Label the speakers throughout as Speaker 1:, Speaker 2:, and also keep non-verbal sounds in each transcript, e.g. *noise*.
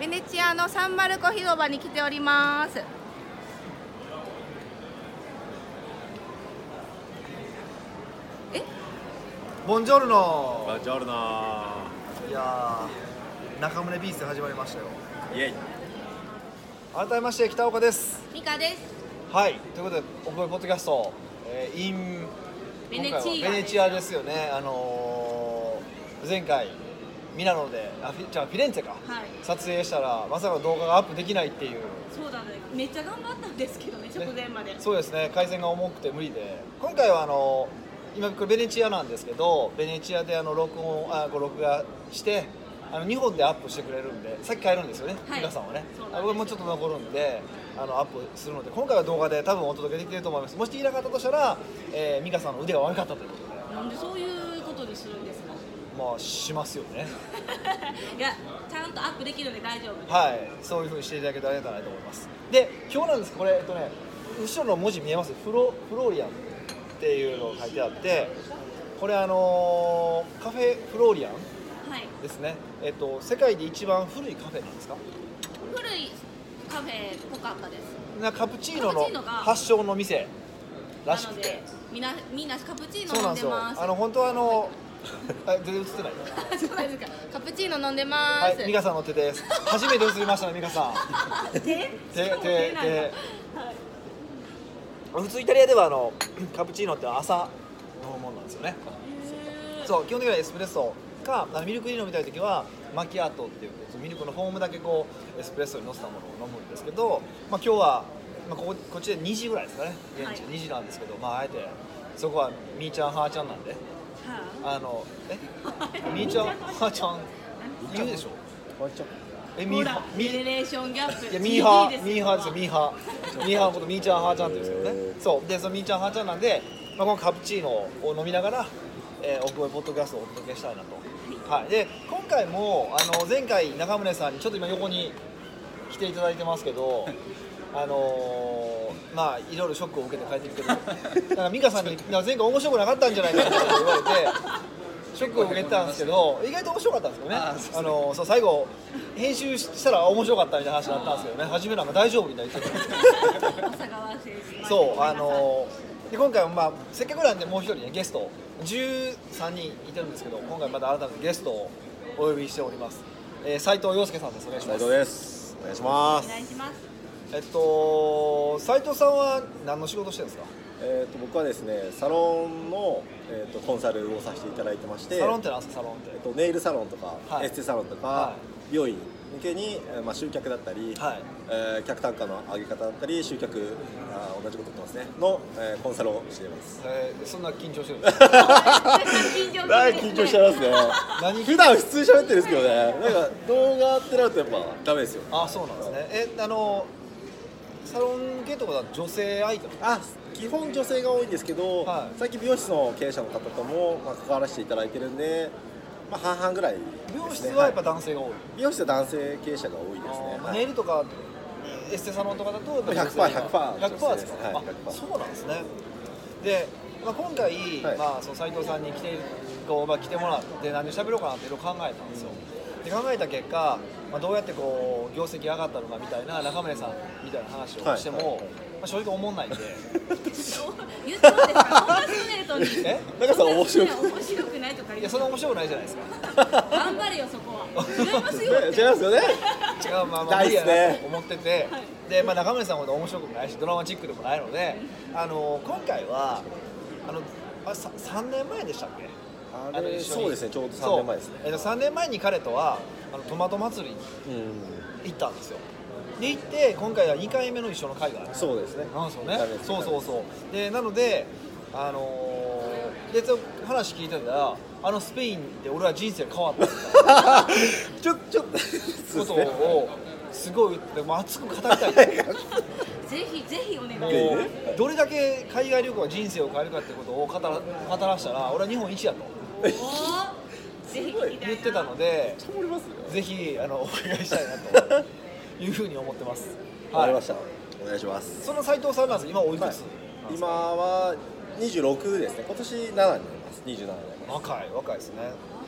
Speaker 1: ベネチアのサンマルコ広場に来ております。
Speaker 2: ボンジョルノ
Speaker 3: バジョルナ
Speaker 2: いやー中村ビース始まりましたよ
Speaker 3: イエイ
Speaker 2: 改めまして北岡です
Speaker 1: ミカです。
Speaker 2: はいということでおこえポッドキャスト、えー、イン
Speaker 1: ベネチア
Speaker 2: 今回はベネチアですよねあのー、前回ミラノであフィじゃあフィレンツェか、
Speaker 1: はい
Speaker 2: 撮影したらまさか動画がアップできないっていう
Speaker 1: そうだね。めっちゃ頑張ったんですけどね、直前まで。
Speaker 2: そうですね回線が重くて無理で今回はあの今これベネチアなんですけどベネチアであの録音あご録画してあの2本でアップしてくれるんでさっき帰るんですよね、
Speaker 1: はい
Speaker 2: 皆さんはね
Speaker 1: そうなんです
Speaker 2: あ僕もちょっと残るんであのアップするので今回は動画で多分お届けできると思いますもしいなかったとしたら、えー、美香さんの腕が悪かったということで
Speaker 1: なんでそういうことにするんですか。
Speaker 2: まあしますよね
Speaker 1: *laughs* いや、ちゃんとアップできるんで大丈夫です。
Speaker 2: はいそういうふうにしていただけたらいいかなと思いますで今日なんですけどこれえっとね後ろの文字見えますフロフローリアンっていうのが書いてあってこれあのーカフェフローリアン
Speaker 1: はい。
Speaker 2: ですねえっと世界で一番古いカフェなんですか
Speaker 1: 古いカフェっぽかったです。
Speaker 2: なカプチーノの
Speaker 1: カプチーノが
Speaker 2: 発祥の店ら
Speaker 1: な
Speaker 2: し
Speaker 1: の
Speaker 2: くて
Speaker 1: で、みんなみんなカプチー
Speaker 2: そ
Speaker 1: ノ
Speaker 2: うな
Speaker 1: 飲ん
Speaker 2: んで
Speaker 1: です
Speaker 2: よ
Speaker 1: ます。
Speaker 2: あの本当はあのあ全然映ってない
Speaker 1: *laughs* そうなんですか。カプチーノ飲んでま
Speaker 2: はい
Speaker 1: す。
Speaker 2: 美香さんの手です初めて映りましたね美香さん
Speaker 1: 手手
Speaker 2: 手
Speaker 1: しかも手なんだ
Speaker 2: 手普通イタリアではあの *clears throat* カプチーノって朝飲むものなんですよねそう基本的にはエスプレッソかあのミルクティー飲みたい時はマキアートっていうそのミルクのフォームだけこうエスプレッソにのせたものを飲むんですけど、まあ、今日は、まあ、こここっちで2時ぐらいですかね現地
Speaker 1: はい
Speaker 2: 2時なんですけど、まああえてそこはみーちゃんはーちゃんなんであの
Speaker 1: *laughs*
Speaker 2: えみーちゃんはーちゃん言うでしょえみ
Speaker 1: ほ
Speaker 2: ー
Speaker 1: ら
Speaker 2: は、み
Speaker 1: ミ
Speaker 2: ー
Speaker 1: レレーションギャップ。
Speaker 2: いやミーハ
Speaker 1: TD
Speaker 2: ーミーハーですよミーハーミーハーのことミーちゃんハーちゃんって言うんですけどねそうでそのミーちゃんハーちゃんなんで、まあ、このカプチーノを飲みながら、えー、奥越ポッドキャストをお届けしたいなと、はい、で今回もあの前回中村さんにちょっと今横に来ていただいてますけど
Speaker 3: *laughs*
Speaker 2: あのーまあいろいろショックを受けて帰ってきてるけどなんか美香さんに「いや前回面白くなかったんじゃないか」って言われてショックを受けてたんですけど意外と面白かったんですよね
Speaker 3: あーそうですね
Speaker 2: あのそう最後編集したら面白かったみたいな話になったんですけどね初めなんか大丈夫みたいな言って
Speaker 1: *laughs*
Speaker 2: た
Speaker 1: 浅川選手。
Speaker 2: そうあので今回はまあせっかくなんでもう一人ねゲスト13人いてるんですけど今回また改めてゲストをお呼びしておりますえー斉藤洋介さんですお願いし
Speaker 3: 斉
Speaker 2: ます
Speaker 3: 藤ですお願いしま
Speaker 1: お
Speaker 3: す
Speaker 1: 願いします。
Speaker 2: えっと斉藤さんは何の仕事してるんですか
Speaker 3: えっ、と僕はですねサロンの、えー、とコンサルをさせていただいてまして
Speaker 2: サロンってなんですかサロンっ
Speaker 3: え
Speaker 2: て
Speaker 3: ー、とネイルサロンとか、
Speaker 2: はい
Speaker 3: エステサロンとか、
Speaker 2: は
Speaker 3: 美容院向けに、えーまあ、集客だったり、
Speaker 2: はい
Speaker 3: えー客単価の上げ方だったり集客あー同じこと言ってますねの、えーコンサルをしています
Speaker 2: えーそんな緊張してるんですか
Speaker 1: 緊張
Speaker 3: なんか緊張しちゃいますね
Speaker 2: *laughs* 何
Speaker 3: 普段普通に喋ってるんですけどねなんか動画ってなるとやっぱダメですよ
Speaker 2: あそうなんですねえあのサロン系ってことは女性相手なんですか
Speaker 3: あ基本女性が多いんですけど、
Speaker 2: はい
Speaker 3: 最近美容室の経営者の方とも、まあ、関わらせていただいてるんで、まあ、半々ぐらいです、ね、
Speaker 2: 美容室はやっぱ
Speaker 3: い
Speaker 2: 男性が多い
Speaker 3: 美容室は男性経営者が多いですね
Speaker 2: あー、
Speaker 3: はい
Speaker 2: ネイルとかエステサロンとかだとやっぱ女性が100%で
Speaker 3: 100%
Speaker 2: すか、
Speaker 3: はい
Speaker 2: あ
Speaker 3: 100%
Speaker 2: そうなんですねで、まあ、今回、
Speaker 3: はい
Speaker 2: まあ、その斉藤さんに来てこう、まあ、来てもらって何を喋ろうかなっていろいろ考えたんですよで考えた結果、まあ、どうやってこう業績上がったのかみたいな中村さんみたいな話をしても、
Speaker 3: はいはいはい
Speaker 2: まあ、正直思んないんで
Speaker 1: 言ってもですか。こんなストレートに。
Speaker 2: え
Speaker 3: 中さん面白い
Speaker 1: 面白くないとか
Speaker 2: い
Speaker 1: 言
Speaker 2: や
Speaker 1: う
Speaker 2: そんな面白くないじゃないですか
Speaker 1: 頑張れよそこは。違いますよ
Speaker 3: *laughs* ね違い
Speaker 1: っ
Speaker 3: ま
Speaker 1: て。
Speaker 3: すよね
Speaker 2: 違うまあまあ
Speaker 3: 大
Speaker 2: 無
Speaker 3: 事
Speaker 2: 理や
Speaker 3: です
Speaker 2: な
Speaker 3: ね
Speaker 2: と思ってて、で、まあ、中森さんほど面白くもないしドラマチックでもないので、あの今回はあのあさ3年前でしたっけ
Speaker 3: あれそうですねちょうど3年前ですね
Speaker 2: そうえっと3年前に彼とはあのトマト祭りに
Speaker 3: うん
Speaker 2: 行ったんですよで行って今回は2回目の一緒の会がある
Speaker 3: そうですね
Speaker 2: なんですよね
Speaker 3: ダメです
Speaker 2: そうそうそうでなのであのーでちょっと話聞いてたらあのスペインで俺は人生変わったみたいな
Speaker 3: *laughs* ちょちょっと
Speaker 2: こ
Speaker 3: そ
Speaker 2: と
Speaker 3: うですね
Speaker 2: をすごいでもう熱く語りたいと
Speaker 1: ぜひぜひお願いしま
Speaker 2: もう
Speaker 1: す。
Speaker 3: ね
Speaker 2: どれだけ海外旅行が人生を変えるかってことを語ら語らしたら俺は日本一やと
Speaker 1: おーぜひ聞きたいな
Speaker 2: 言ってたので
Speaker 3: ちょっと盛りますよ
Speaker 2: *laughs* ぜひあのお願いしたいなというふうに思ってます。。
Speaker 3: わかりましたたお願いします
Speaker 2: その斉藤さんなんです。今おいくつ？
Speaker 3: 今は26ですね今年7になります27になりま
Speaker 2: 若い若いですね。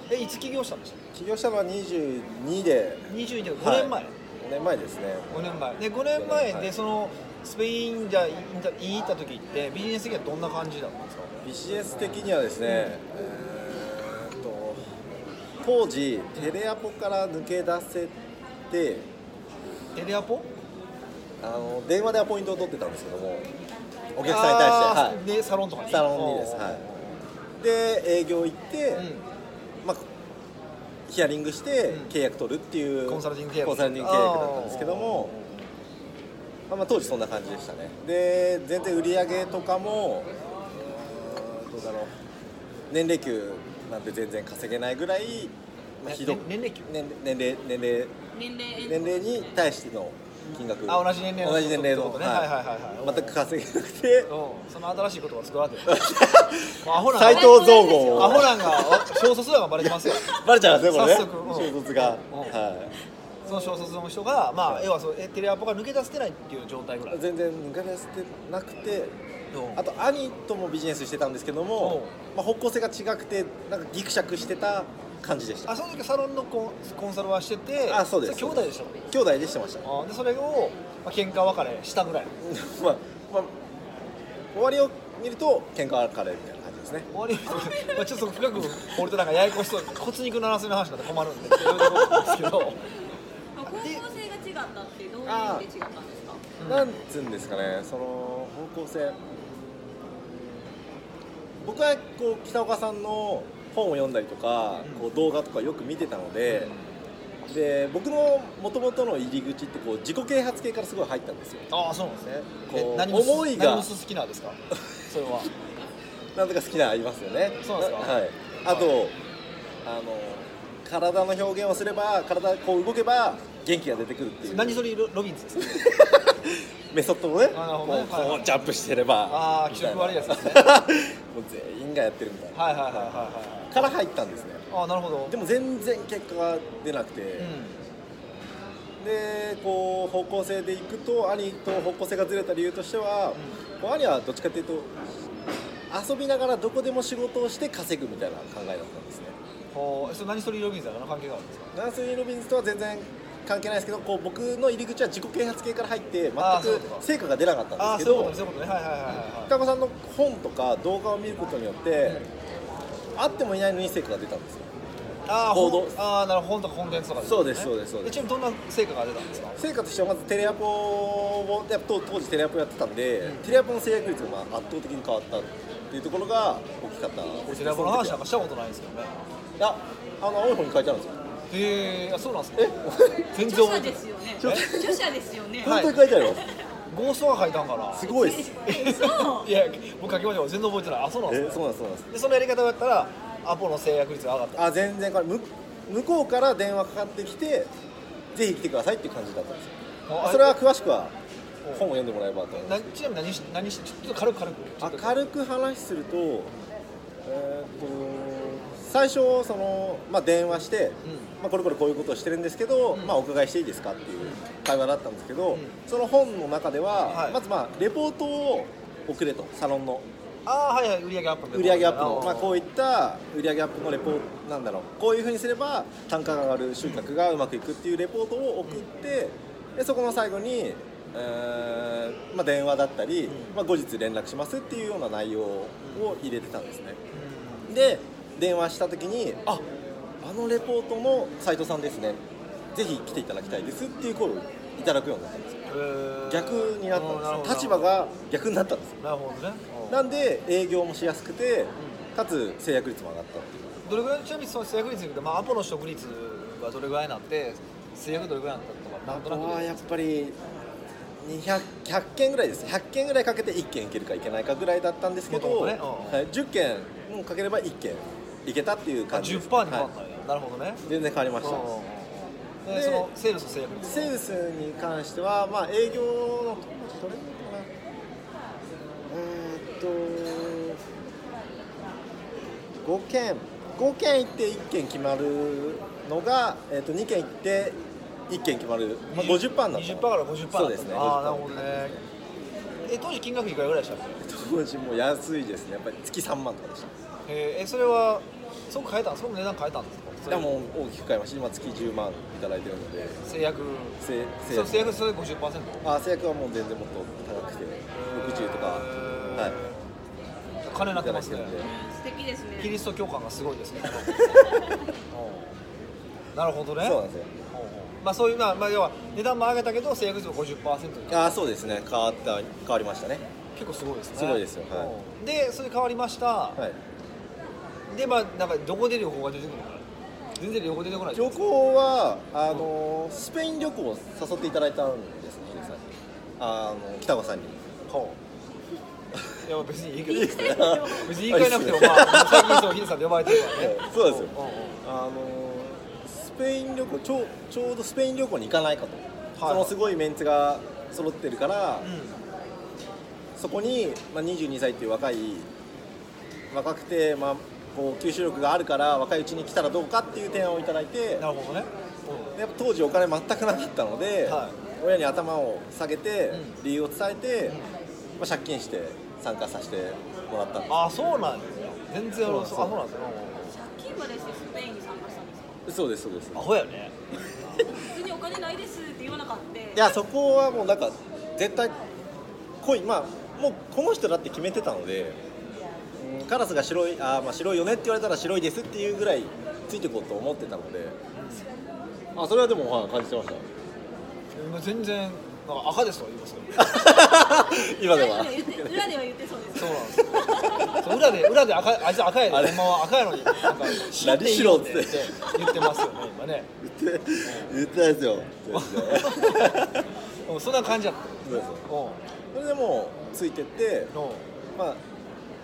Speaker 2: えいつ起業したんでしたっ
Speaker 3: す起業したのは22で
Speaker 2: け？二十二で
Speaker 3: い
Speaker 2: 五年前。
Speaker 3: 5年前ですね
Speaker 2: 5年前で5年前
Speaker 3: は
Speaker 2: で
Speaker 3: い
Speaker 2: そのスペインじゃインタ行った時ってビジネス的にはどんな感じだったんですか
Speaker 3: ビジネス的にはですね、えーっと当時テレアポから抜け出せて
Speaker 2: テレアポ
Speaker 3: あの電話でアポイントを取ってたんですけどもお客さんに対して、はい
Speaker 2: あーでサロンとかに
Speaker 3: サロンにです、
Speaker 2: おー
Speaker 3: はい、で営業行って、
Speaker 2: う
Speaker 3: まあ、ヒアリングして
Speaker 2: うん
Speaker 3: 契約取るってい
Speaker 2: ん
Speaker 3: う
Speaker 2: コンサルティング契約
Speaker 3: コンサルティング契約だったんですけどもまあ、まあ当時そんな感じでしたねで全然売り上げとかもうーんどうだろう年齢給なんて全然稼げないぐらい、まあ、
Speaker 2: ね
Speaker 3: ひどく
Speaker 2: ね年齢給
Speaker 3: 年年齢年齢
Speaker 1: 年齢
Speaker 3: 年齢に対しての金額
Speaker 2: あ同じ年齢の
Speaker 3: 同じ年齢
Speaker 2: ってこ
Speaker 3: の、
Speaker 2: とねはいはいはいはい
Speaker 3: 全く稼げなく
Speaker 2: *laughs*
Speaker 3: て
Speaker 2: うんその新しい言葉作られてるもうアホなん
Speaker 3: 斎
Speaker 2: が
Speaker 3: 藤造語を
Speaker 2: アホなんが小卒だがバレてますよ
Speaker 3: バレちゃうんですねこれ
Speaker 2: 早
Speaker 3: ね
Speaker 2: 速うん
Speaker 3: 衝突が、
Speaker 2: うん
Speaker 3: はい
Speaker 2: その小卒の人がまあ要はそうえテレアポから抜け出せてないっていう状態ぐらい
Speaker 3: 全然抜け出せてなくて
Speaker 2: うん
Speaker 3: あと兄ともビジネスしてたんですけども、まあ、方向性が違くてなんかギクシャクしてた感じでした
Speaker 2: あその時サロンのコンコンサルはしてて
Speaker 3: あそうです
Speaker 2: れ兄弟でしたもんね
Speaker 3: 兄弟でしてましたま
Speaker 2: あでそれを、まあ、喧嘩別れしたぐらい
Speaker 3: あ、 *laughs* まあ、終わりを見ると喧嘩別れみたいな感じですね
Speaker 2: 終わりまあちょっと深く掘るとなんかややこしそう骨肉鳴らせの話になって困るんでっていうところなんですけど
Speaker 1: あ方向性が違ったってどういう
Speaker 3: あ
Speaker 1: 意味で違ったんですか
Speaker 2: うん
Speaker 3: なんつうんですかねその方向性僕はこう北岡さんの本を読んだりとか、
Speaker 2: うん
Speaker 3: こう動画とかよく見てたので、で僕のもともとの入り口ってこう自己啓発系からすごい入ったんですよ
Speaker 2: ああそうなんですね
Speaker 3: こ
Speaker 2: え
Speaker 3: う
Speaker 2: 何も
Speaker 3: 思いが
Speaker 2: 何も好きなん *laughs* ですかそれは
Speaker 3: なんとか好きなのありますよね
Speaker 2: そうなんですか
Speaker 3: はい、あと、あの体の表現をすれば体こう動けば元気が出てくるっていう
Speaker 2: 何それロロビンズですか
Speaker 3: メソッドをね
Speaker 2: あなるほどね
Speaker 3: こ
Speaker 2: は
Speaker 3: う
Speaker 2: いはい
Speaker 3: こうジャンプしてれば
Speaker 2: あー
Speaker 3: みた
Speaker 2: 気色悪いやつですね
Speaker 3: *laughs* もう全員がやってるみたいな、
Speaker 2: はいはいはいはいはい
Speaker 3: から入ったんですね
Speaker 2: ああなるほど
Speaker 3: でも全然結果が出なくて、
Speaker 2: う
Speaker 3: でこう方向性でいくと兄と方向性がずれた理由としては、こう兄はどっちかっていうと遊びながらどこでも仕事をして稼ぐみたいな考えだったんですね
Speaker 2: んほうえそれ何それロビンズだから関係があるんですか
Speaker 3: ナース・イン・ロビンズとは全然関係ないですけどこう僕の入り口は自己啓発系から入って全
Speaker 2: あーそういう
Speaker 3: く
Speaker 2: こと
Speaker 3: 成果が出なかったん
Speaker 2: ああ
Speaker 3: で
Speaker 2: ーそ
Speaker 3: す
Speaker 2: う
Speaker 3: け
Speaker 2: いうこと
Speaker 3: ど
Speaker 2: ねそういうことねはいはいはいはい
Speaker 3: 北岡さんの本とか動画を見ることによってあってもいないのに成果が出たんですよ
Speaker 2: ああ
Speaker 3: 報道
Speaker 2: ほんああなるほど本とかコンテンツとか
Speaker 3: そうですそうですそうです
Speaker 2: ちなみにどんな成果が出たんですか
Speaker 3: 成果としてはまずテレアポをやっぱ当当時テレアポやってたんで、テレアポの制約率がまあ圧倒的に変わったっていうところが大きかった
Speaker 2: 俺テレアポの話なん
Speaker 3: か
Speaker 2: かしたことないんですけどね
Speaker 3: いやあの青い本に書いてあるんですよ
Speaker 2: へえあそうなんですか全然
Speaker 1: 著
Speaker 2: 覚
Speaker 1: 者
Speaker 2: えて
Speaker 1: で
Speaker 2: ない
Speaker 1: すよね
Speaker 2: ょ
Speaker 1: 著者ですよね
Speaker 2: はい
Speaker 3: 本当に書いてあるよ
Speaker 2: ゴーストが書いたんかな
Speaker 3: すごいです
Speaker 1: え
Speaker 3: *laughs*
Speaker 1: そう
Speaker 2: *laughs* いや僕書きましたよ全然覚えてないあそうなんです
Speaker 3: え
Speaker 2: か
Speaker 3: そうなんですそうなんです
Speaker 2: でそのやり方だったらアポの制約率が上がった
Speaker 3: あ全然か向向こうから電話かかってきてぜひ来てくださいっていう感じだったんですよ
Speaker 2: あ
Speaker 3: それは詳しくは
Speaker 2: お
Speaker 3: 本を読んでもらえばと思いま
Speaker 2: な
Speaker 3: す
Speaker 2: ちなみに何し何しちょっと軽く軽くちょっと
Speaker 3: 明るく話すると,、えーっと最初その、まあ、電話して、まあ、これこれこういうことをしてるんですけど、
Speaker 2: うん
Speaker 3: まあ、お伺いしていいですかっていう会話だったんですけど、
Speaker 2: うん
Speaker 3: その本の中では、
Speaker 2: はい
Speaker 3: まずまあレポートを送れとサロンの
Speaker 2: あーはいはい売上アップ
Speaker 3: 売上アップの、
Speaker 2: ー
Speaker 3: まあ、こういった売上アップのレポートなんだろうこういうふうにすれば単価が上がる収穫がうまくいくっていうレポートを送ってでそこの最後に、えーまあ、電話だったり、まあ、後日連絡しますっていうような内容を入れてたんですね
Speaker 2: うん
Speaker 3: で電話した時に「ああのレポートの斎藤さんですねぜひ来ていただきたいです」っていう声をいただくようになったんですよ
Speaker 2: へー
Speaker 3: 逆になったんです
Speaker 2: あーる
Speaker 3: よ
Speaker 2: ほど
Speaker 3: 立場が逆になったんですよ
Speaker 2: なるほどね
Speaker 3: なんで営業もしやすくてかつ制約率も上がったっていう
Speaker 2: どれぐらいちなみにその制約率で言うと、まあ、アポの取得率はどれぐらいなんで制約どれぐらいなんだとかなんとなく
Speaker 3: やっぱり200 100件ぐらいです100件ぐらいかけて1件いけるかいけないかぐらいだったんですけど、
Speaker 2: 元々
Speaker 3: は
Speaker 2: ね
Speaker 3: い
Speaker 2: うん
Speaker 3: 10件うんかければ1件いけたっていう
Speaker 2: あ
Speaker 3: 感じ
Speaker 2: 10%
Speaker 3: です
Speaker 2: に変わった
Speaker 3: は
Speaker 2: んや、なるほどね
Speaker 3: い全然変わりました
Speaker 2: うんで
Speaker 3: で
Speaker 2: そのセールスの制約率
Speaker 3: セールスに関しては、まあ、営業のどれぐらいかなえーっと5件5件行って1件決まるのが、えーっと2件行って1件決まる、まあ、50%になった
Speaker 2: 20%から50%
Speaker 3: そうですね
Speaker 2: ああなる
Speaker 3: 50%
Speaker 2: ほどねえ当時金額いくらぐらいでしたっけ
Speaker 3: 当時もう安いですねやっぱり月3万とかでした
Speaker 2: えーえそれはすごく変えたんですごく値段変えたんですかそう
Speaker 3: い
Speaker 2: い
Speaker 3: や
Speaker 2: う
Speaker 3: もう大きく変えました今月10万いただいてるので
Speaker 2: 制約
Speaker 3: せせ
Speaker 2: そう制約それ50%
Speaker 3: あ制約はもう全然もっと高くて60とかはい
Speaker 2: い金なってますね
Speaker 3: いただいてるんで
Speaker 1: 素敵ですね
Speaker 2: キリスト教感がすごい
Speaker 3: *laughs*
Speaker 2: ですねうんなるほどね
Speaker 3: そうなんですよ
Speaker 2: ほうほうまあそういうのは、まあ、要は値段も上げたけど制約率も50%に
Speaker 3: あーそうですね変わった変わりましたね
Speaker 2: 結構すごいですね
Speaker 3: すごいですよはい
Speaker 2: うんでそれ変わりました、
Speaker 3: はい
Speaker 2: でまあなんかどこで旅行が出てくるのかな全然旅行出てこない
Speaker 3: 旅行はあのースペイン旅行を誘っていただいたんですねヒデさんにあの北川さんに
Speaker 2: ほういやまあ別にいいけど別
Speaker 1: ね
Speaker 2: に言い換えなくてもま
Speaker 3: *laughs*
Speaker 2: あ最近そうヒデさんで呼ばれてるからね
Speaker 3: はいそうなんですよ
Speaker 2: んん
Speaker 3: あのースペイン旅行ちょうちょうどスペイン旅行に行かないかと、
Speaker 2: はい
Speaker 3: そのすごいメンツが揃ってるから、
Speaker 2: うん
Speaker 3: そこに、まあ、22歳っていう若い若くて、まあ、こう吸収力があるから若いうちに来たらどうかっていう提案をいただいて
Speaker 2: なるほどね、うん
Speaker 3: でやっぱ当時お金全くなかったので、
Speaker 2: は
Speaker 3: 親に頭を下げて
Speaker 2: うん
Speaker 3: 理由を伝えて、まあ、借金して参加させてもらったんで
Speaker 2: あそうなんですよ全然俺
Speaker 3: そうなん
Speaker 2: あそうなんですよ
Speaker 1: 借金までしてスペインに参加したんですか
Speaker 3: すそうですそうです
Speaker 2: アホやね
Speaker 1: 普通にお金ないですって言わなかった
Speaker 3: いやそこはもうなんか絶対恋まあもうこの人だって決めてたので、うんカラスが白いあーまあ白いよねって言われたら白いですっていうぐらいついてこうと思ってたので、あそれはでも、はい、感じてました
Speaker 2: 今全然なんか赤ですとか言いますよ
Speaker 3: *laughs* 今で
Speaker 1: 裏
Speaker 3: *laughs* は
Speaker 1: では言って裏では言ってそうです
Speaker 2: そうなんですよそう裏で裏で赤いあいつ赤や
Speaker 3: あ
Speaker 2: で
Speaker 3: れ
Speaker 2: ほんまは赤やのになんか白っていいよねって言ってますよね今ね
Speaker 3: 言って *laughs* 言ってないですよ全然
Speaker 2: *laughs* うんそんな感じやった
Speaker 3: そうですよ
Speaker 2: うん
Speaker 3: それでもうついてって
Speaker 2: うん
Speaker 3: まあ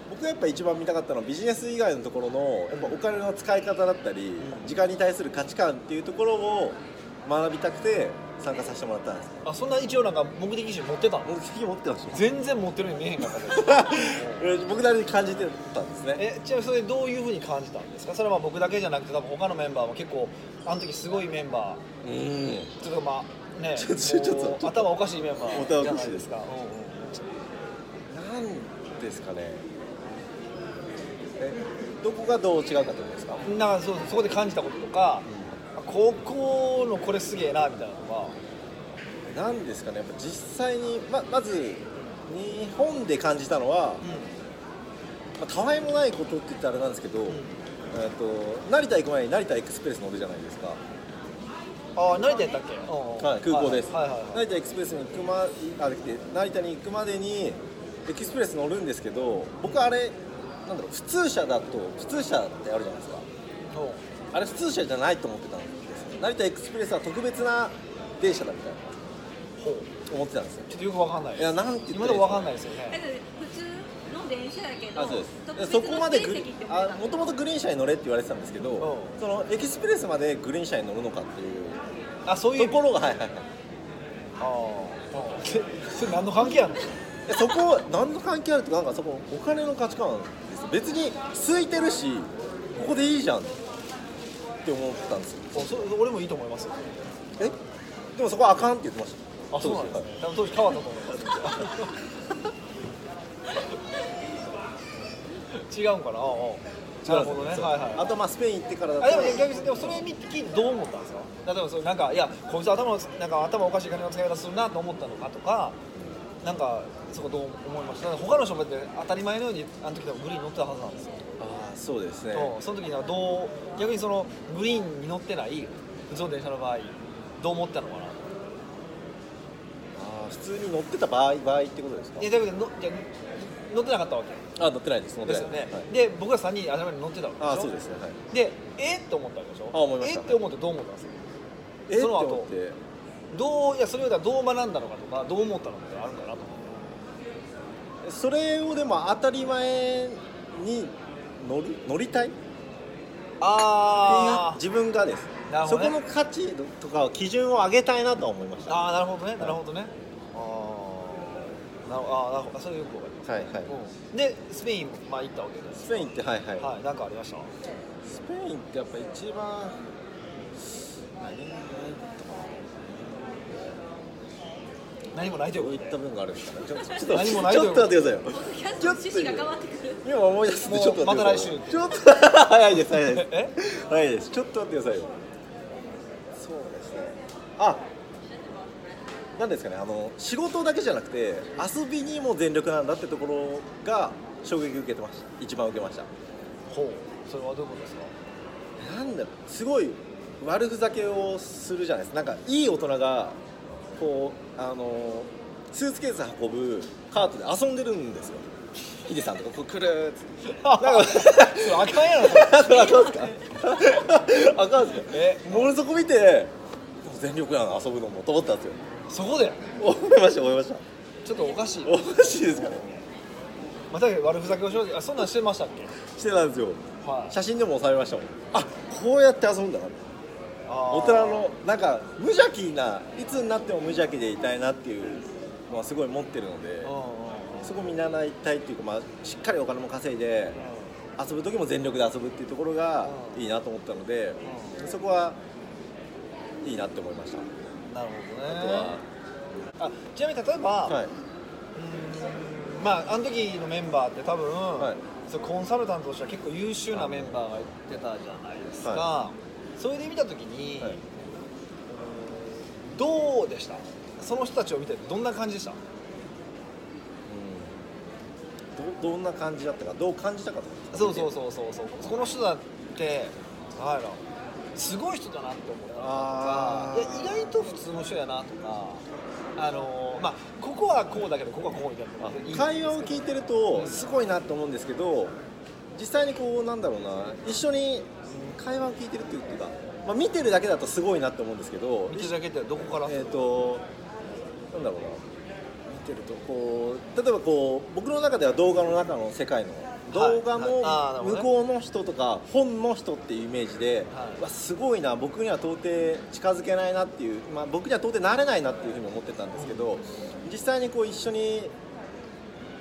Speaker 3: 僕がやっぱ一番見たかったのはビジネス以外のところのやっぱお金の使い方だったり、
Speaker 2: ん
Speaker 3: 時間に対する価値観っていうところを学びたくて参加させてもらったんです
Speaker 2: あそんな一応なんか目的意識持ってたの
Speaker 3: 僕聞き持ってまし
Speaker 2: 全然持ってるように見えへんかったけど
Speaker 3: *laughs* 僕なりに感じてたんですね
Speaker 2: えちなみにそれどういうふうに感じたんですかそれはまあ僕だけじゃなくて多分他のメンバーも結構あの時すごいメンバー
Speaker 3: うん
Speaker 2: ちょっとまあね、
Speaker 3: ちょちょちょっと
Speaker 2: もう
Speaker 3: ちょっと
Speaker 2: 頭おかしいメンバーじゃないですか。
Speaker 3: 頭
Speaker 2: うんうん
Speaker 3: なんですかねえどこがどう違うかってことですか
Speaker 2: だからそうそこで感じたこととか、高校のこれすげえなみたいなのは、
Speaker 3: なんですかねやっぱ実際にままず日本で感じたのは、まあ、たわいもないことって言ったらあれなんですけど、
Speaker 2: ん
Speaker 3: えっと成田行く前に成田エクスプレス乗るじゃないですか、
Speaker 2: ああ成田やったっけ？うんうん
Speaker 3: はい空港です、
Speaker 2: はいはいはいはい
Speaker 3: 成田エクスプレスに行くまあで成田に行くまでにエクスプレス乗るんですけど僕あれなんだろう普通車だと普通車ってあるじゃないですか
Speaker 2: うん
Speaker 3: あれ普通車じゃないと思ってたんですよ成田エクスプレスは特別な電車だみたいな
Speaker 2: ほう
Speaker 3: 思ってたんですよ
Speaker 2: ちょっとよくわかんないで
Speaker 3: い
Speaker 2: す。
Speaker 3: やなんて言
Speaker 2: 今
Speaker 3: ったらいいですか
Speaker 2: でもわかんないですよ
Speaker 1: だか
Speaker 2: ね。
Speaker 1: ら普通の電車だけど
Speaker 3: あそうですそ
Speaker 1: 特別
Speaker 3: こ
Speaker 1: の
Speaker 3: までグ
Speaker 1: 指
Speaker 3: リ
Speaker 1: 定席ってこと
Speaker 3: あ
Speaker 1: だ
Speaker 3: もともとグリーン車に乗れって言われてたんですけど、
Speaker 2: う
Speaker 3: そのエクスプレスまでグリーン車に乗るのかっていう
Speaker 2: あそういう
Speaker 3: ところがはいはいはい
Speaker 2: ああうんそれ何の関係
Speaker 3: *laughs*
Speaker 2: やんの？
Speaker 3: でそこは何の関係あるってなんかそこお金の価値観です別に空いてるしここでいいじゃんって思ったんですよ
Speaker 2: そうそ俺もいいと思いますよ。
Speaker 3: えでもそこはあかんって言ってました
Speaker 2: あそうなんですね
Speaker 3: はい。
Speaker 2: 多分当時変わったと思い
Speaker 3: *laughs*
Speaker 2: ます。違うんかな。ああああなるほどね。はいはい。
Speaker 3: あとまあスペイン行ってからだと
Speaker 2: あでも逆にでもそれ見て聞いてどう思ったんですか例えばそれなんかいやこいつ頭のなんか頭おかしい金の使い方するなと思ったのかとかなんかそこどう思いましただから他の人もだって当たり前のようにあの時でもグリーン乗ってたはずなんですよ、
Speaker 3: あーそうですね
Speaker 2: うんその時にはどう逆にそのグリーンに乗ってない普通の電車の場合どう思ったのかな
Speaker 3: あー普通に乗ってた場合場合ってことですか
Speaker 2: いやだけどのいや乗ってなかったわけ
Speaker 3: あ乗ってないです乗って
Speaker 2: で
Speaker 3: な
Speaker 2: す
Speaker 3: い
Speaker 2: よね、
Speaker 3: はい
Speaker 2: で僕ら3人頭に乗ってたわけでしょ
Speaker 3: あーそうですねはい
Speaker 2: でえっと思ったわけでしょ
Speaker 3: あ思いました
Speaker 2: えって思ってどう思ったんですか
Speaker 3: えっ
Speaker 2: そ
Speaker 3: と
Speaker 2: の後
Speaker 3: 思って
Speaker 2: どういやそれをだからどう学んだのかとかどう思ったのかってあるかなと思って
Speaker 3: それをでも当たり前に乗る乗りたいっていう
Speaker 2: あ
Speaker 3: 自分がです、
Speaker 2: なるほ
Speaker 3: そ
Speaker 2: どね
Speaker 3: この価値とかを基準を上げたいなとは思いまし
Speaker 2: ー
Speaker 3: た
Speaker 2: あーなるほどねなるほどねあーなるあーなるほどそれよくわかります、
Speaker 3: はいはい
Speaker 2: うんでスペインまあ行ったわけです
Speaker 3: スペインってはいはい、
Speaker 2: はいなんかありました
Speaker 3: スペインってやっぱ一番何がないとか
Speaker 2: 何もないという
Speaker 3: どうい
Speaker 2: こ
Speaker 3: っ
Speaker 2: とで
Speaker 3: た分があるんですかねちょちょっ
Speaker 2: 何もない
Speaker 3: ちょっと待ってくださいよ
Speaker 1: ポッドキャストの趣旨が変わってくる
Speaker 3: 今思い出すんでちょっと待ってくださいよ
Speaker 2: ま
Speaker 3: ちょっと早いです早いです
Speaker 2: え
Speaker 3: 早いですちょっと待ってくださいよそうですねあなんですかねあの仕事だけじゃなくて遊びにも全力なんだってところが衝撃受けてました一番受けました
Speaker 2: ほうそれはどういうことですか
Speaker 3: なんだろうすごい悪ふざけをするじゃないですかなんかいい大人がこうあのスーツケース運ぶカートで遊んでるんですよヒデさんとかこうくるーっつって
Speaker 2: なんか *laughs*
Speaker 3: *laughs*
Speaker 2: それあかんやろそれ
Speaker 3: あそうあかんすかあかんすか
Speaker 2: え
Speaker 3: 俺そこ見て全力やな遊ぶのもと思ったんですよ
Speaker 2: そこで
Speaker 3: 思いました思いました
Speaker 2: ちょっとおかしい
Speaker 3: おかしいですかね
Speaker 2: また悪ふざけをしようあそんなんしてましたっけ
Speaker 3: してたんですよ
Speaker 2: はい
Speaker 3: 写真でも収めましたもんあこうやって遊ぶんだな大人のなんか無邪気ないつになっても無邪気でいたいなっていうのはすごい持ってるので
Speaker 2: うんうん
Speaker 3: そこ見習いたいっていうか、まあ、しっかりお金も稼いで遊ぶ時も全力で遊ぶっていうところが
Speaker 2: うん
Speaker 3: いいなと思ったのでそこはいいなって思いました
Speaker 2: うんなるほどね
Speaker 3: あとは、
Speaker 2: あちなみに例えば、
Speaker 3: はい、
Speaker 2: うーんまああの時のメンバーって多分、
Speaker 3: い
Speaker 2: そうコンサルタントとしては結構優秀なメンバーがいてたじゃないですか、
Speaker 3: は
Speaker 2: それで見た時に、
Speaker 3: はい
Speaker 2: どうでしたその人たちを見てどんな感じでした
Speaker 3: うん、どどんな感じだったかどう感じたかと
Speaker 2: そうそうそうそうそうそこの人だってあらすごい人だなって思った
Speaker 3: あ
Speaker 2: のと
Speaker 3: ー
Speaker 2: かいや意外と普通の人やなとかあのーまあここはこうだけどここはこうみたいなのがいいんですけど
Speaker 3: 会話を聞いてるとすごいなと思うんですけど実際にこうなんだろうな一緒に会話を聞いてるっていうか、まあ、見てるだけだとすごいなと思うんですけど
Speaker 2: 見てるだけってどこから、
Speaker 3: えっ、となんだろうな見てるとこう例えばこう僕の中では動画の中の世界の動画
Speaker 2: はいあーな
Speaker 3: の
Speaker 2: るほど
Speaker 3: 向
Speaker 2: ね
Speaker 3: こうの人とか本の人っていうイメージで、
Speaker 2: はいう
Speaker 3: わすごいな僕には到底近づけないなっていう、まあ、僕には到底なれないなっていうふうに思ってたんですけど実際にこう一緒に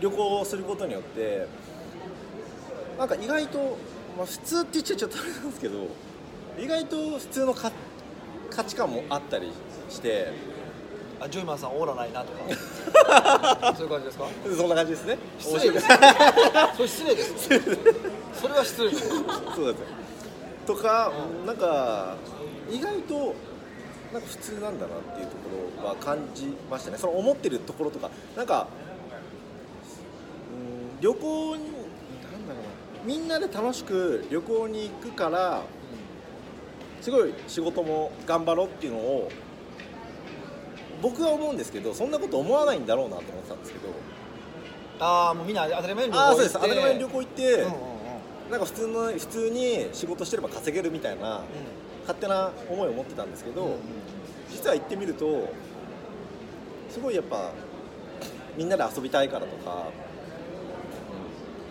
Speaker 3: 旅行をすることによってなんか意外と、まあ、普通って言っちゃちょっとあれなんですけど意外と普通のか価値観もあったりして
Speaker 2: あジョイマンさんオーラないなとか
Speaker 3: *laughs*
Speaker 2: そういう感じですか
Speaker 3: そんな感じですね
Speaker 2: 失礼ですそれ失礼ですよそれは失礼ですよ
Speaker 3: そうですよとか、なんか意外となんか普通なんだなっていうところは感じましたねその思ってるところとかなんかうん旅行になんだろうなみんなで楽しく旅行に行くからすごい仕事も頑張ろうっていうのを僕は思うんですけどそんなこと思わないんだろうなと思ってたんですけど
Speaker 2: ああもうみんな当たり前に旅行
Speaker 3: ああ
Speaker 2: 行
Speaker 3: そうです当たり前に旅
Speaker 2: 行
Speaker 3: 行行って、
Speaker 2: うんうん
Speaker 3: なんか普通の普通に仕事してれば稼げるみたいな勝手な思いを持ってたんですけど、
Speaker 2: うんうん
Speaker 3: 実は行ってみるとすごいやっぱみんなで遊びたいからとか、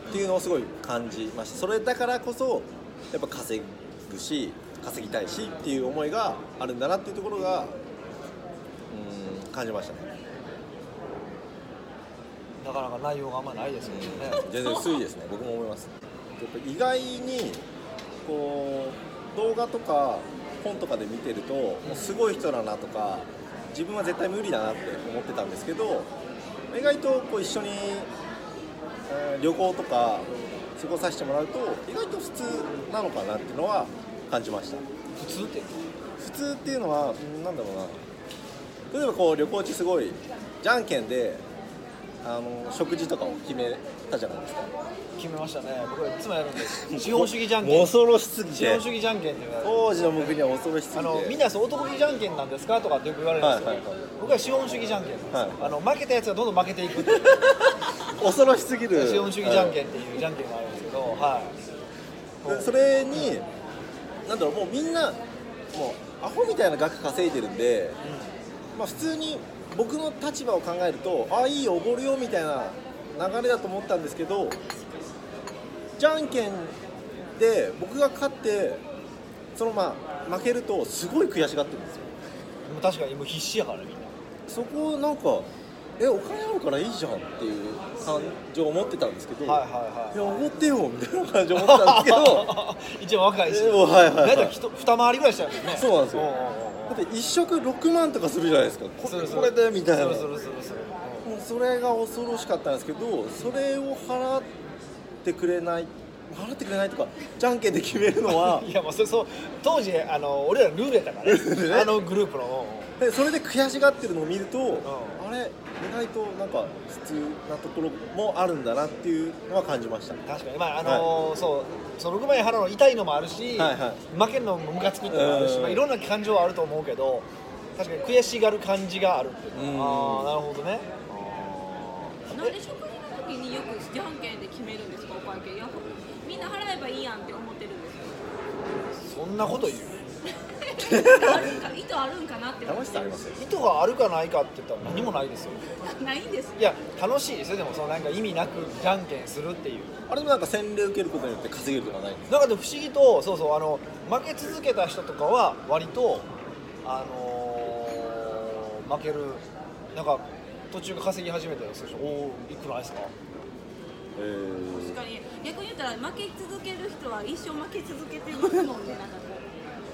Speaker 3: っていうのをすごい感じましたそれだからこそやっぱ稼ぐし稼ぎたいしっていう思いがあるんだなっていうところがうん感じましたね
Speaker 2: なかなか内容があんまないですけどね
Speaker 3: 全然薄いですね僕も思いますやっぱ意外にこう動画とか本とかで見てるともうすごい人だなとか自分は絶対無理だなって思ってたんですけど意外とこう一緒に、えー旅行とか過ごさせてもらうと意外と普通なのかなっていうのは感じました
Speaker 2: 普通って
Speaker 3: 普通っていうのはうんなんだろうな例えばこう旅行中すごいじゃんけんであの食事とかを決めたじゃないですか
Speaker 2: 決めましたね僕はいつもやるんです資本主義じゃんけん資
Speaker 3: 恐ろしすぎて
Speaker 2: 本主義じゃんけんっていうのが
Speaker 3: 当時の僕には恐ろしすぎて
Speaker 2: あのみんなそう男気じゃんけんなんですかとかってよく言われるんですけど、
Speaker 3: はいはいはい
Speaker 2: 僕は資本主義じゃんけんなんですよ、
Speaker 3: はい
Speaker 2: あの負けたやつがどんどん負けていくっていう
Speaker 3: 恐ろしすぎる
Speaker 2: 資本主義じゃんけん
Speaker 3: ん
Speaker 2: っていうじゃんけんがあるんですけど、はい。
Speaker 3: それになんだろうもうみんなもうアホみたいな額稼いでるんで、まあ、普通に僕の立場を考えるとああいいよおごるよみたいな流れだと思ったんですけどじゃんけんで僕が勝ってそのまあ負けるとすごい悔しがってるんですよ
Speaker 2: もう確かにもう必死やからみんな。
Speaker 3: そこなんかえお金あるからいいじゃんっていう感情を持ってたんですけど、
Speaker 2: はいはい
Speaker 3: い
Speaker 2: は
Speaker 3: や、
Speaker 2: い。
Speaker 3: 思ってよみたいな感じで思 *laughs* ってたんですけど、
Speaker 2: *laughs* 一応若いし、
Speaker 3: えーはいはいはい
Speaker 2: だいたい人二回りぐらいしたんですね。
Speaker 3: そうなんですよ
Speaker 2: おうおうおう
Speaker 3: だって1食6万とかするじゃないですかこれこれでみたいな
Speaker 2: そうそうそうそう
Speaker 3: もうそれが恐ろしかったんですけどそれを払ってくれない払ってくれないとかじゃんけんで決めるのは *laughs*
Speaker 2: うんいやもうそれそう当時あの俺らルーレだから
Speaker 3: ーレ
Speaker 2: ね
Speaker 3: ね
Speaker 2: あのグループの
Speaker 3: でそれで悔しがってるのを見ると、あれ意外となんか普通なところもあるんだなっていうのは感じました
Speaker 2: 確かにまああの、そうそのぐらい腹の痛いのもあるし、
Speaker 3: はいは
Speaker 2: 負けるのもムカつくってのもあるし、
Speaker 3: うん
Speaker 2: まあ、いろんな感情はあると思うけど確かに悔しがる感じがあるっていう
Speaker 3: うん
Speaker 2: ああなるほどね
Speaker 1: なんで食事の時によくじゃんけんで決めるんですかお会計いやみんな払えばいいやんって思ってるんです
Speaker 3: *laughs*
Speaker 2: そんなこと言う
Speaker 1: けどあるんか意図あるんかなって思
Speaker 3: 楽
Speaker 1: っ
Speaker 3: してさありますよ
Speaker 2: 意図があるかないかって言ったら何もないですよ
Speaker 1: ないんです
Speaker 2: いや楽しいですよでもそのなんか意味なくじゃんけんするっていう
Speaker 3: あれでもなんか洗礼受けることによって稼げるとかないんです
Speaker 2: なんかでも不思議とそうそうあの負け続けた人とかは割とあのー負けるなんか途中が稼ぎ始めたりする人おおいくらですか
Speaker 3: え
Speaker 1: 確
Speaker 3: ー
Speaker 1: かに逆に言ったら負け続ける人は一生負け続けてますもんねなんかこ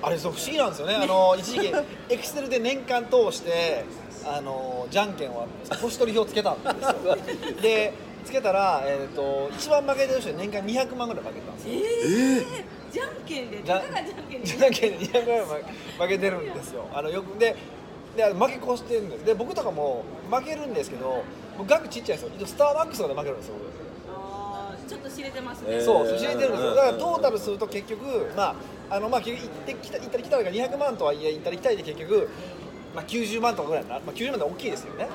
Speaker 1: う
Speaker 2: あれそう不思議なんですよねあの一時期エクセルで年間通してあのじゃんけんは星取り表つけたんですよでつけたら、えー、と一番負けてる人で年間200万ぐらい負けたんですよ
Speaker 1: えー、じゃんけんで
Speaker 2: じゃ
Speaker 1: たかがじゃんけんで
Speaker 2: じゃんけんで200ぐらい負けてるんですよあのよくでで負け越してるんですで僕とかも負けるんですけど僕額ちっちゃいんですよスターバックスまで負けるんですよ、
Speaker 1: あーちょっと知れてますね、
Speaker 3: えー
Speaker 2: そうそう知れてるんですよだからトータルすると結局まああのまあ結局行ってきた行ったり来たりが200万とはいえ行ったり来たりで結局、まあ、90万とかぐらいな、まあ、90万って大きいですよね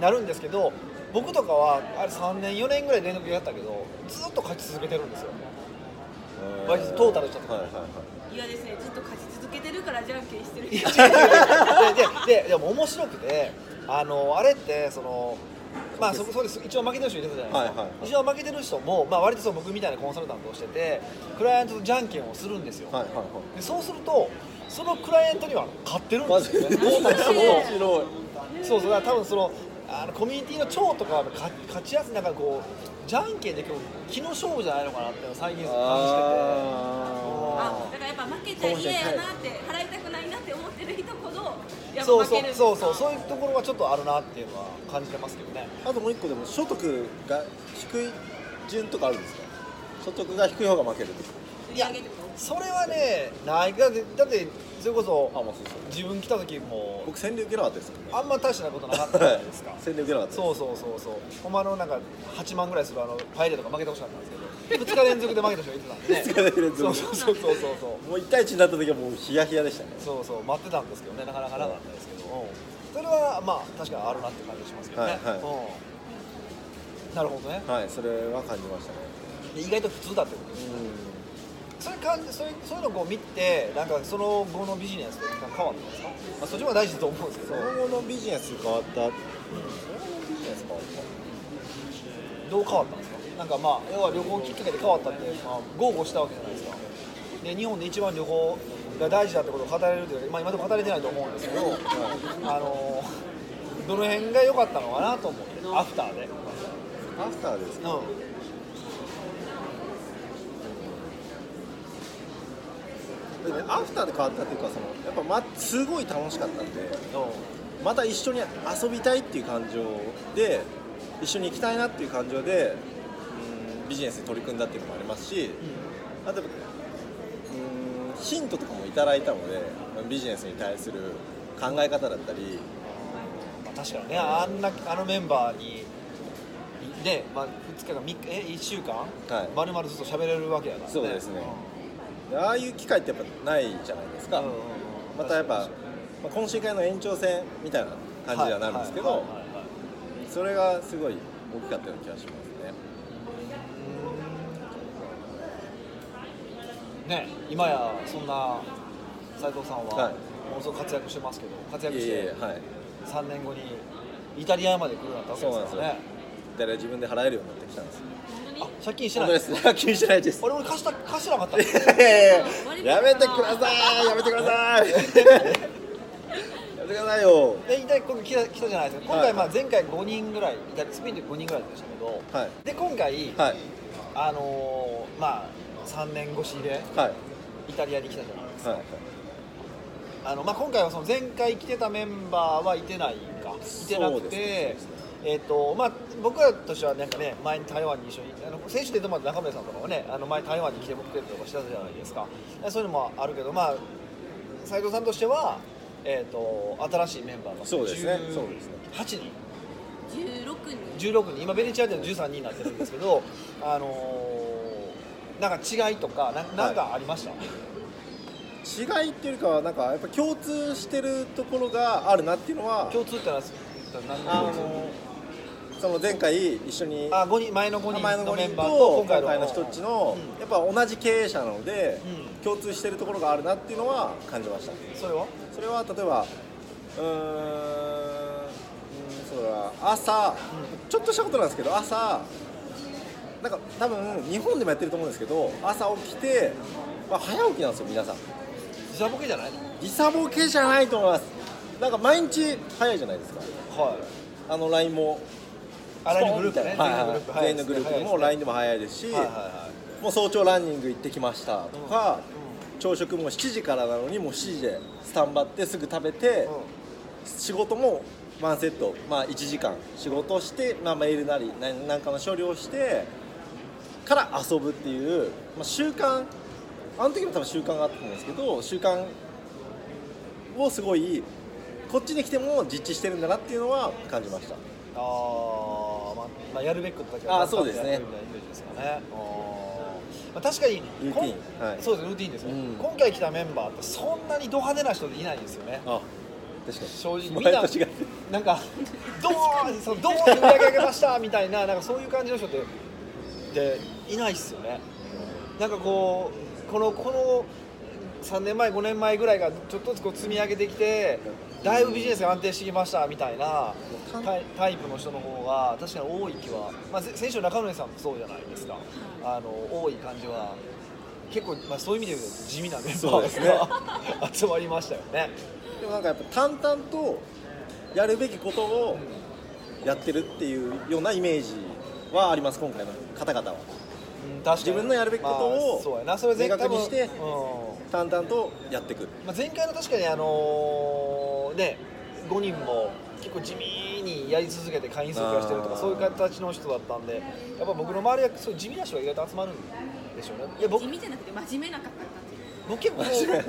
Speaker 2: なるんですけど僕とかはあれ3年4年ぐらい連続でやったけどずっと勝ち続けてるんですよ
Speaker 3: え
Speaker 2: 割とトータルしちゃった
Speaker 3: はいはいはい
Speaker 1: 嫌ですねずっと勝ち続けてるからじゃんけんしてる
Speaker 2: い
Speaker 1: 人
Speaker 2: やででででも面白くてあのあれってそのまあそこそうです一応負けてる人いるじゃないですか、
Speaker 3: はいはいはい
Speaker 2: 一応負けてる人も、まあ、割とその僕みたいなコンサルタントをしててクライアントとじゃんけんをするんですよ、
Speaker 3: はいはいはい
Speaker 2: でそうするとそのクライアントには勝ってるんですよね
Speaker 3: 面
Speaker 2: トータルする
Speaker 1: 面
Speaker 2: と
Speaker 3: 白い
Speaker 2: そうそうだから多分そのあのコミュニティの長とかは勝勝ちやすいなんかこうじゃんけんで結構気の勝負じゃないのかなっていうのを最近感じてて。
Speaker 1: あだからやっぱ負けちゃ嫌やなって払いたくないなって思ってる人ほどやっぱ
Speaker 2: そう
Speaker 1: 負
Speaker 2: そ
Speaker 1: け
Speaker 2: う
Speaker 1: るんですか
Speaker 2: そうそうそういうところはちょっとあるなっていうのは感じてますけどね
Speaker 3: あともう一個でも所得が低い順とかあるんですか所得が低い方が負けるとか
Speaker 1: 売り上げってこと
Speaker 2: それはねないだってだってそれこ
Speaker 3: あま
Speaker 2: そ
Speaker 3: あそうそう
Speaker 2: 自分来た時も
Speaker 3: 僕洗礼受けなかったですもんね
Speaker 2: あんま大したことなかったじゃないですか
Speaker 3: 洗礼受けなかったです
Speaker 2: そうそうそうそうほんまあのなんか8万ぐらいするあのパエリアとか負けてほしかったんですけど2日連続で負けた人がいてたんで、ね、
Speaker 3: 二日連
Speaker 2: *laughs*
Speaker 3: 続
Speaker 2: そうそうそうそうそうそう
Speaker 3: もう1対1になった時はもうヒヤヒヤでしたね
Speaker 2: そうそう待ってたんですけどねなかなかなかったですけど、うんそれはまあ確かにあるなって感じしますけどね、
Speaker 3: はいはい
Speaker 2: うんなるほどね
Speaker 3: はいそれは感じましたね
Speaker 2: で意外と普通だってことですそれ感じそれそういうのをこう見てなんかその後のビジネスとか変わってますか、まあ、そっちも大事だと思うんですけ
Speaker 3: そ
Speaker 2: ど
Speaker 3: の後のビジネス変わったその後のビジネス変わった
Speaker 2: どう変わったんですかなんかまあ要は旅行きっかけで変わったって、まあ、豪語したわけじゃないですかで日本で一番旅行が大事だってことを語れるというか、まあ、今でも語れてないと思うんですけど、あのーどの辺が良かったのかなと思ってアフターで、
Speaker 3: アフターですか
Speaker 2: う
Speaker 3: でねアフターで変わったっていうかそのやっぱ、ま、すごい楽しかったんで
Speaker 2: んうん
Speaker 3: また一緒に遊びたいっていう感情で一緒に行きたいなっていう感情でうんビジネスに取り組んだっていうのもありますしあとうーんヒントとかもいただいたのでビジネスに対する考え方だったり
Speaker 2: まあ、確かにねあんなあのメンバーにで、まあ、2日か三日え1週間、
Speaker 3: はい
Speaker 2: まるまるずっと喋れるわけやから、
Speaker 3: そうですねああいう機会ってやっぱないじゃないですか、またやっぱ、まあ懇親会の延長戦みたいな感じにはなるんですけど、それがすごい大きかったような気がしますね
Speaker 2: ね今やそんな斉藤さんは、
Speaker 3: はい
Speaker 2: ものすごく活躍してますけど活躍し
Speaker 3: いえい
Speaker 2: て
Speaker 3: えはい
Speaker 2: 3年後にイタリアまで来るようになったわけです
Speaker 3: そう
Speaker 2: から
Speaker 3: なん
Speaker 2: ね
Speaker 3: だから自分で払えるようになってきたんですよ
Speaker 1: 本当
Speaker 2: あ
Speaker 1: に
Speaker 2: 借金して
Speaker 3: 本
Speaker 2: な
Speaker 3: 当
Speaker 2: い
Speaker 3: ですね気にしてな
Speaker 2: *laughs*
Speaker 3: いです
Speaker 2: 俺俺貸した貸してなか
Speaker 3: *laughs*
Speaker 2: った
Speaker 1: 割と
Speaker 3: やめてくださいやめてくださいやめてくださいよ
Speaker 2: でイタリア今回来た来たじゃないですか今
Speaker 3: は
Speaker 2: 回
Speaker 3: い
Speaker 2: まあ前回5人ぐらいイタリアスペインで5人ぐらいでしたけど、
Speaker 3: はい
Speaker 2: で今回、
Speaker 3: はい
Speaker 2: あのーまあ3年越しで
Speaker 3: はい
Speaker 2: イタリアに来たじゃないですか
Speaker 3: はい
Speaker 2: あのまあ、今回はその前回来てたメンバーはいてないかいてなく
Speaker 3: そう
Speaker 2: て、
Speaker 3: ですね
Speaker 2: えっとまあ、僕らとしてはなんか、ね、前に台湾に一緒にあの選手で言うとまあ中村さんとかは、ね、あの前台湾に来てくれたりとかしてたじゃないですかそういうのもあるけど、まあ、斉藤さんとしては、えっと新しいメンバーが
Speaker 3: そうですね
Speaker 2: 10
Speaker 3: そうですね
Speaker 2: 8人
Speaker 1: 16人
Speaker 2: 16人今ベネチアでの13人になってるんですけ
Speaker 3: *laughs*
Speaker 2: どあのーなんか違いとかななんかありました、
Speaker 3: 違いっていうよりかはなんかやっぱ共通してるところがあるなっていうのは
Speaker 2: 共通ってのは何
Speaker 3: あ
Speaker 2: の共通
Speaker 3: のその前回一緒に
Speaker 2: あ五人前の5
Speaker 3: 名前
Speaker 2: 人
Speaker 3: の
Speaker 2: のメ
Speaker 3: 5
Speaker 2: ン
Speaker 3: 人
Speaker 2: バー
Speaker 3: と
Speaker 2: と
Speaker 3: 今回の人たちの
Speaker 2: うん
Speaker 3: やっぱ同じ経営者なので
Speaker 2: う
Speaker 3: 共通してるところがあるなっていうのは感じました
Speaker 2: それは
Speaker 3: それは例えばうーんうんそうだな朝ちょっとしたことなんですけど朝なんか多分日本でもやってると思うんですけど朝起きて、まあ、早起きなんですよ皆さん
Speaker 2: 時差ボケじゃない
Speaker 3: 時差ボケじゃないと思いますなんか毎日早いじゃないですか
Speaker 2: はい
Speaker 3: あの LINE も
Speaker 2: あらゆるグループね
Speaker 3: はいはいはい
Speaker 2: 全員
Speaker 3: 全員の
Speaker 2: の
Speaker 3: グ
Speaker 2: グ
Speaker 3: ル
Speaker 2: ル
Speaker 3: ー
Speaker 2: ー
Speaker 3: プ
Speaker 2: プ
Speaker 3: でも LINE でも早いですし、
Speaker 2: はいは
Speaker 3: もう早朝ランニング行ってきましたとか、
Speaker 2: い
Speaker 3: 朝食も7時からなのにもう7時でスタンバってすぐ食べて、
Speaker 2: うんうん
Speaker 3: 仕事もワンセット、まあ、1時間仕事をして、まあ、メールなり何なんかの処理をしてから遊ぶっていう、まあ、習慣あの時も多分習慣があったと思うんですけど習慣をすごいこっちに来ても実地してるんだなっていうのは感じました
Speaker 2: あーまあまあやるべきことだけ
Speaker 3: あーそうですね
Speaker 2: やるみたいなイメージですかねあーまあ確かに
Speaker 3: ルーティン
Speaker 2: こん
Speaker 3: はい
Speaker 2: そうですルーティンですね、
Speaker 3: うん
Speaker 2: 今回来たメンバーってそんなにド派手な人でいないんですよね
Speaker 3: あ確かに
Speaker 2: 正直みん
Speaker 3: 前
Speaker 2: な
Speaker 3: と違って
Speaker 2: なん
Speaker 3: *laughs*
Speaker 2: かドーンそのドーンって売り上げ上げましたみたいななんかそういう感じの人ってでいないっすよねなんかこうこのこの3年前5年前ぐらいがちょっとずつこう積み上げてきてだいぶビジネスが安定してきましたみたいなタイタイプの人の方が確かに多い気は、まあ、せ先週の中野さんもそうじゃないですかあの多い感じは結構、まあ、そういう意味で言うと地味なメン
Speaker 3: そう
Speaker 2: バ
Speaker 3: です
Speaker 2: ー
Speaker 3: ね
Speaker 2: が、 *laughs* 集まりましたよね。
Speaker 3: でもなんかやっぱ淡々とやるべきことをやってるっていうようなイメージはあります今回の方々は
Speaker 2: うん確かに
Speaker 3: 自分のやるべきことを
Speaker 2: まあそうやなそれ前
Speaker 3: 明
Speaker 2: 回
Speaker 3: 確にし
Speaker 2: 多
Speaker 3: て
Speaker 2: 分
Speaker 3: 淡々とやって
Speaker 2: う
Speaker 3: く
Speaker 2: んまあ、前回の確かにあのーね5人も結構地味にやり続けて会員数増やしてるとか
Speaker 3: あー
Speaker 2: そういう形の人だったんでやっぱ僕の周りはそういう地味な人が意外と集まるんでしょうねいや僕
Speaker 1: 地味じゃなくて真面目な方たち
Speaker 2: 僕結構 *laughs*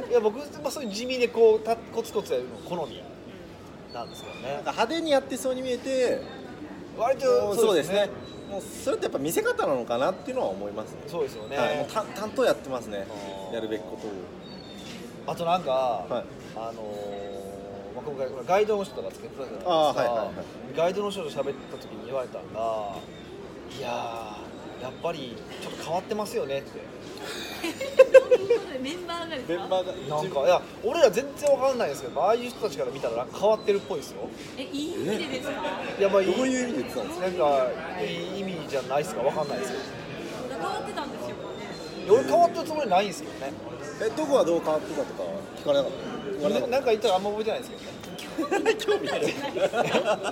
Speaker 2: いや僕、まあ、そういう地味でこうたコツコツやるの好みなんですけど
Speaker 3: な
Speaker 2: ね
Speaker 3: んか派手にやってそうに見えて
Speaker 2: 割
Speaker 3: も
Speaker 2: と
Speaker 3: うそうですねもうそれってやっぱ見せ方なのかなっていうのは思いますね
Speaker 2: そうですよね、
Speaker 3: はい、もう淡々とやってますね
Speaker 2: あー
Speaker 3: やるべきこと
Speaker 2: あとなんか、
Speaker 3: はい
Speaker 2: あのーまあ、今回ほらガイドの人とかつけてたじゃないですか、
Speaker 3: あーはいはいは
Speaker 2: ガイドの人と喋った時に言われたんが「いやーやっぱりちょっと変わってますよね」って
Speaker 1: うんメンバーがです
Speaker 3: を
Speaker 1: か
Speaker 3: が
Speaker 2: なんかいや俺ら全然わかんないですけどああいう人たちから見たらなんか変わってるっぽいですよ
Speaker 1: えいい意味でですか
Speaker 2: やば
Speaker 3: どういう意味で言ってたんですか
Speaker 2: なんかいい意味じゃないですかわかんないですけ
Speaker 1: 関わってたんですよね
Speaker 2: どいや俺変わってるつもりないんですけどね
Speaker 3: えどこがどう変わってたとか聞かれなかった言われなか
Speaker 2: な
Speaker 3: っ
Speaker 2: なんか言ったらあんま覚えてないですけどね
Speaker 3: た興味ない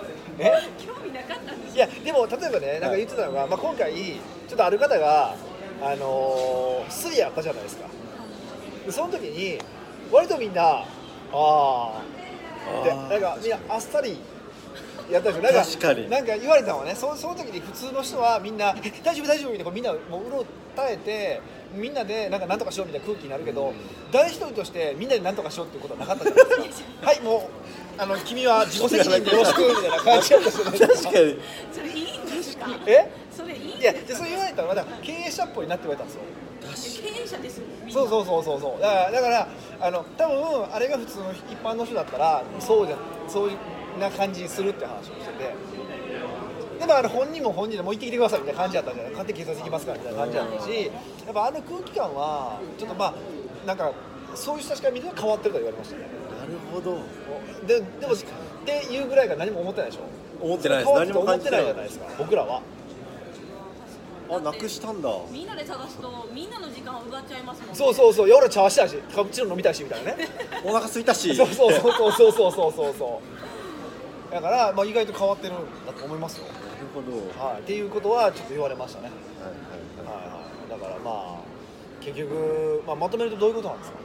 Speaker 3: *laughs*
Speaker 2: え
Speaker 1: 興味なかったんです
Speaker 2: いやでも例えばねなんか言ってたのが、まあ、今回ちょっとある方があのー、スリやったじゃないですかでその時に割とみんな「あーでなんかみんなあっさりやったでしょなんか
Speaker 3: 確かに
Speaker 2: なんか言われたのはねそその時に普通の人はみんな「大丈夫大丈夫」みたいなこうみんなもううろたえてみんなでなんかなんとかしようみたいな空気になるけど、誰一人としてみんなでなんとかしようっていうことはなかったじゃないですかはいもうあの君は自己責任でよろしくみたいな感じだったじゃないです
Speaker 3: 確 *laughs*
Speaker 2: か
Speaker 3: かに
Speaker 1: それいいんですか
Speaker 2: え
Speaker 1: それいいん
Speaker 2: いや
Speaker 1: で
Speaker 2: ですそ
Speaker 1: か
Speaker 2: れ言われたらまだ経営者っぽいなって言われたんですよ
Speaker 1: 経営者ですもんみんな
Speaker 2: そうそうそうそうそうだからだからあの多分あれが普通の一般の人だったらそうじゃそういうな感じにするって話をしててでもあの本人も本人でもう行ってきてくださいみたいな感じだったんじゃない勝手に警察行きますからみたいな感じだったしやっぱあの空気感はちょっとまあなんかそういう人しか見ると変わってるとは言われましたね
Speaker 3: なるほど
Speaker 2: ででもっていうぐらいが何も思ってないでしょ
Speaker 3: 思ってないです
Speaker 2: 変わる
Speaker 3: 何
Speaker 2: と
Speaker 3: も
Speaker 2: 思
Speaker 3: 感
Speaker 2: っ
Speaker 3: じ
Speaker 2: て
Speaker 3: て
Speaker 2: な
Speaker 3: ないい
Speaker 2: じゃないですか僕らは
Speaker 3: あなくしたんだ
Speaker 1: みんなで探すとみんなの時間を奪っちゃいますもんね
Speaker 2: そうそうそう夜茶したいしカプチーノ飲みたいしみたいなね
Speaker 3: お腹空いたし
Speaker 2: そうそうそうそうそうそうそうそうだから、まあ、意外と変わってるんだと思いますよ、
Speaker 3: なるほど、
Speaker 2: はい、っていうことはちょっと言われましたね、
Speaker 3: はいはい
Speaker 2: はいはい、だからまあ結局、まあ、まとめるとどういうことなんですか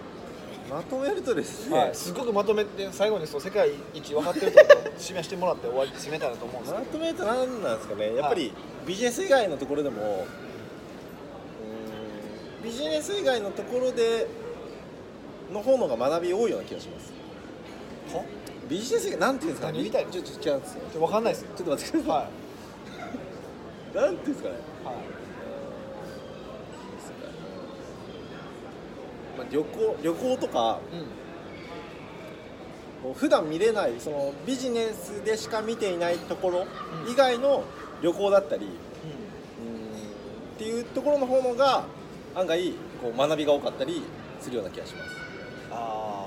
Speaker 1: え
Speaker 3: まとめるとですね、
Speaker 2: はい、すごくまとめて最後にそう世界一分かってるところを示してもらって終わり締めたいなと思うん
Speaker 3: *laughs*
Speaker 2: です
Speaker 3: ま
Speaker 2: けど
Speaker 3: とめると何なんですかねやっぱりビジネス以外のところでもうーんビジネス以外のところでの方のが学び多いような気がします
Speaker 2: は
Speaker 3: ビジネス以外なんていうんですか
Speaker 2: 何みたいな
Speaker 3: ちょちょちょ違うんですよ
Speaker 2: ちょ分かんないですよ
Speaker 3: ちょっと待ってください、
Speaker 2: は
Speaker 3: なんていうんですかね
Speaker 2: い、はい、
Speaker 3: まあ、旅行旅行とか
Speaker 2: う
Speaker 3: こう普段見れないそのビジネスでしか見ていないところ以外の旅行だったり、
Speaker 2: ん、うん
Speaker 3: っていうところの方のが案外こう学びが多かったりするような気がします
Speaker 2: あ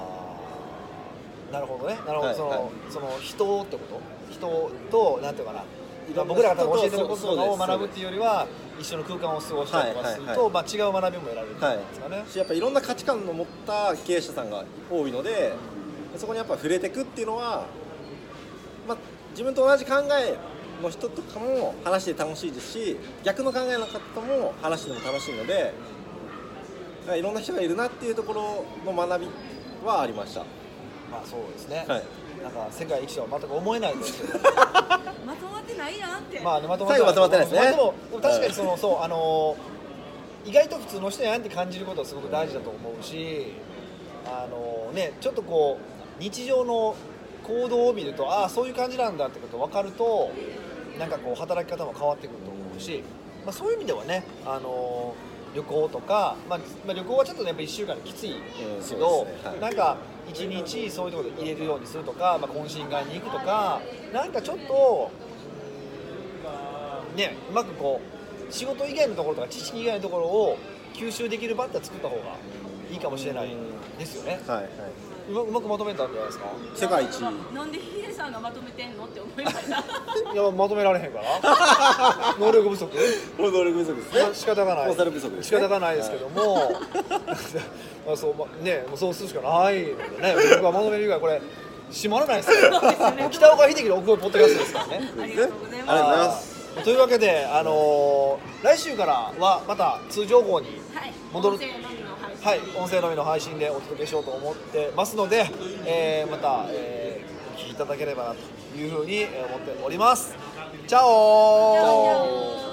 Speaker 2: あなるほどねなるほど、
Speaker 3: はい
Speaker 2: その、
Speaker 3: はい
Speaker 2: その人ってこと人となんていうかな
Speaker 3: ろんな
Speaker 2: 僕らが多分教え
Speaker 3: 人と
Speaker 2: てることとか
Speaker 3: そ
Speaker 2: を
Speaker 3: うです
Speaker 2: 学ぶっていうよりは一緒の空間を過ごしたりとかすると、
Speaker 3: はいはいはい
Speaker 2: まあ、違う学びも得られるってことですかね、
Speaker 3: しやっぱいろんな価値観の持った経営者さんが多いのでそこにやっぱ触れていくっていうのは、まあ、自分と同じ考えの人とかも話して楽しいですし逆の考えの方も話しても楽しいのでなんかいろんな人がいるなっていうところの学びはありました、
Speaker 2: まあそうですね、
Speaker 3: はい、
Speaker 2: なんか世界一とは全く思えないですけど
Speaker 1: まとまってないやんって、
Speaker 2: まあねまと
Speaker 3: 最後まとまってないですね
Speaker 2: でもでも確かにその、そうあのー意外と普通の人やんって感じることはすごく大事だと思うしあのーねちょっとこう日常の行動を見るとああそういう感じなんだってこと分かるとなんかこう働き方も変わってくると思うし、まあ、そういう意味ではねあのー旅行とか、まあまあ、旅行はちょっとねやっぱ1週間できつい
Speaker 3: うん
Speaker 2: けど、
Speaker 3: そうですねはい
Speaker 2: なんか一日そういうところで入れるようにするとか、まあ、懇親会に行くとかなんかちょっとねうまくこう仕事以外のところとか知識以外のところを吸収できるバッター作った方がいいかもしれないですよね
Speaker 3: はいはい、
Speaker 2: うまうまくまとめたんじゃないですか
Speaker 3: 世界
Speaker 1: *laughs*
Speaker 3: 一
Speaker 1: なんでヒデさんがまとめてんのって思いました *laughs*
Speaker 2: いやまとめられへんから *laughs* 能力不足
Speaker 3: これ能力不足です
Speaker 2: まあ仕方がない
Speaker 3: コンサル不足ですね
Speaker 2: 仕方がないですけども、 *laughs* まあそうまあねもうそうするしかないのでね僕はまとめる以外これ閉まらないですよ
Speaker 1: そうですね
Speaker 2: 北岡秀樹の奥越えポッドキャストですからね
Speaker 1: ありがとうござい
Speaker 3: ありがとうござい
Speaker 1: ま
Speaker 3: ます
Speaker 2: というわけで、あのー来週からはまた通常号に
Speaker 1: すはい
Speaker 2: 戻る
Speaker 1: 音声のみの配信
Speaker 2: はい、音声のみの配信でお届けしようと思ってますので、えーまた、えーお聞きいただければなというふうにえー思っております。チャオ
Speaker 1: じゃあ
Speaker 2: ー
Speaker 1: じゃあ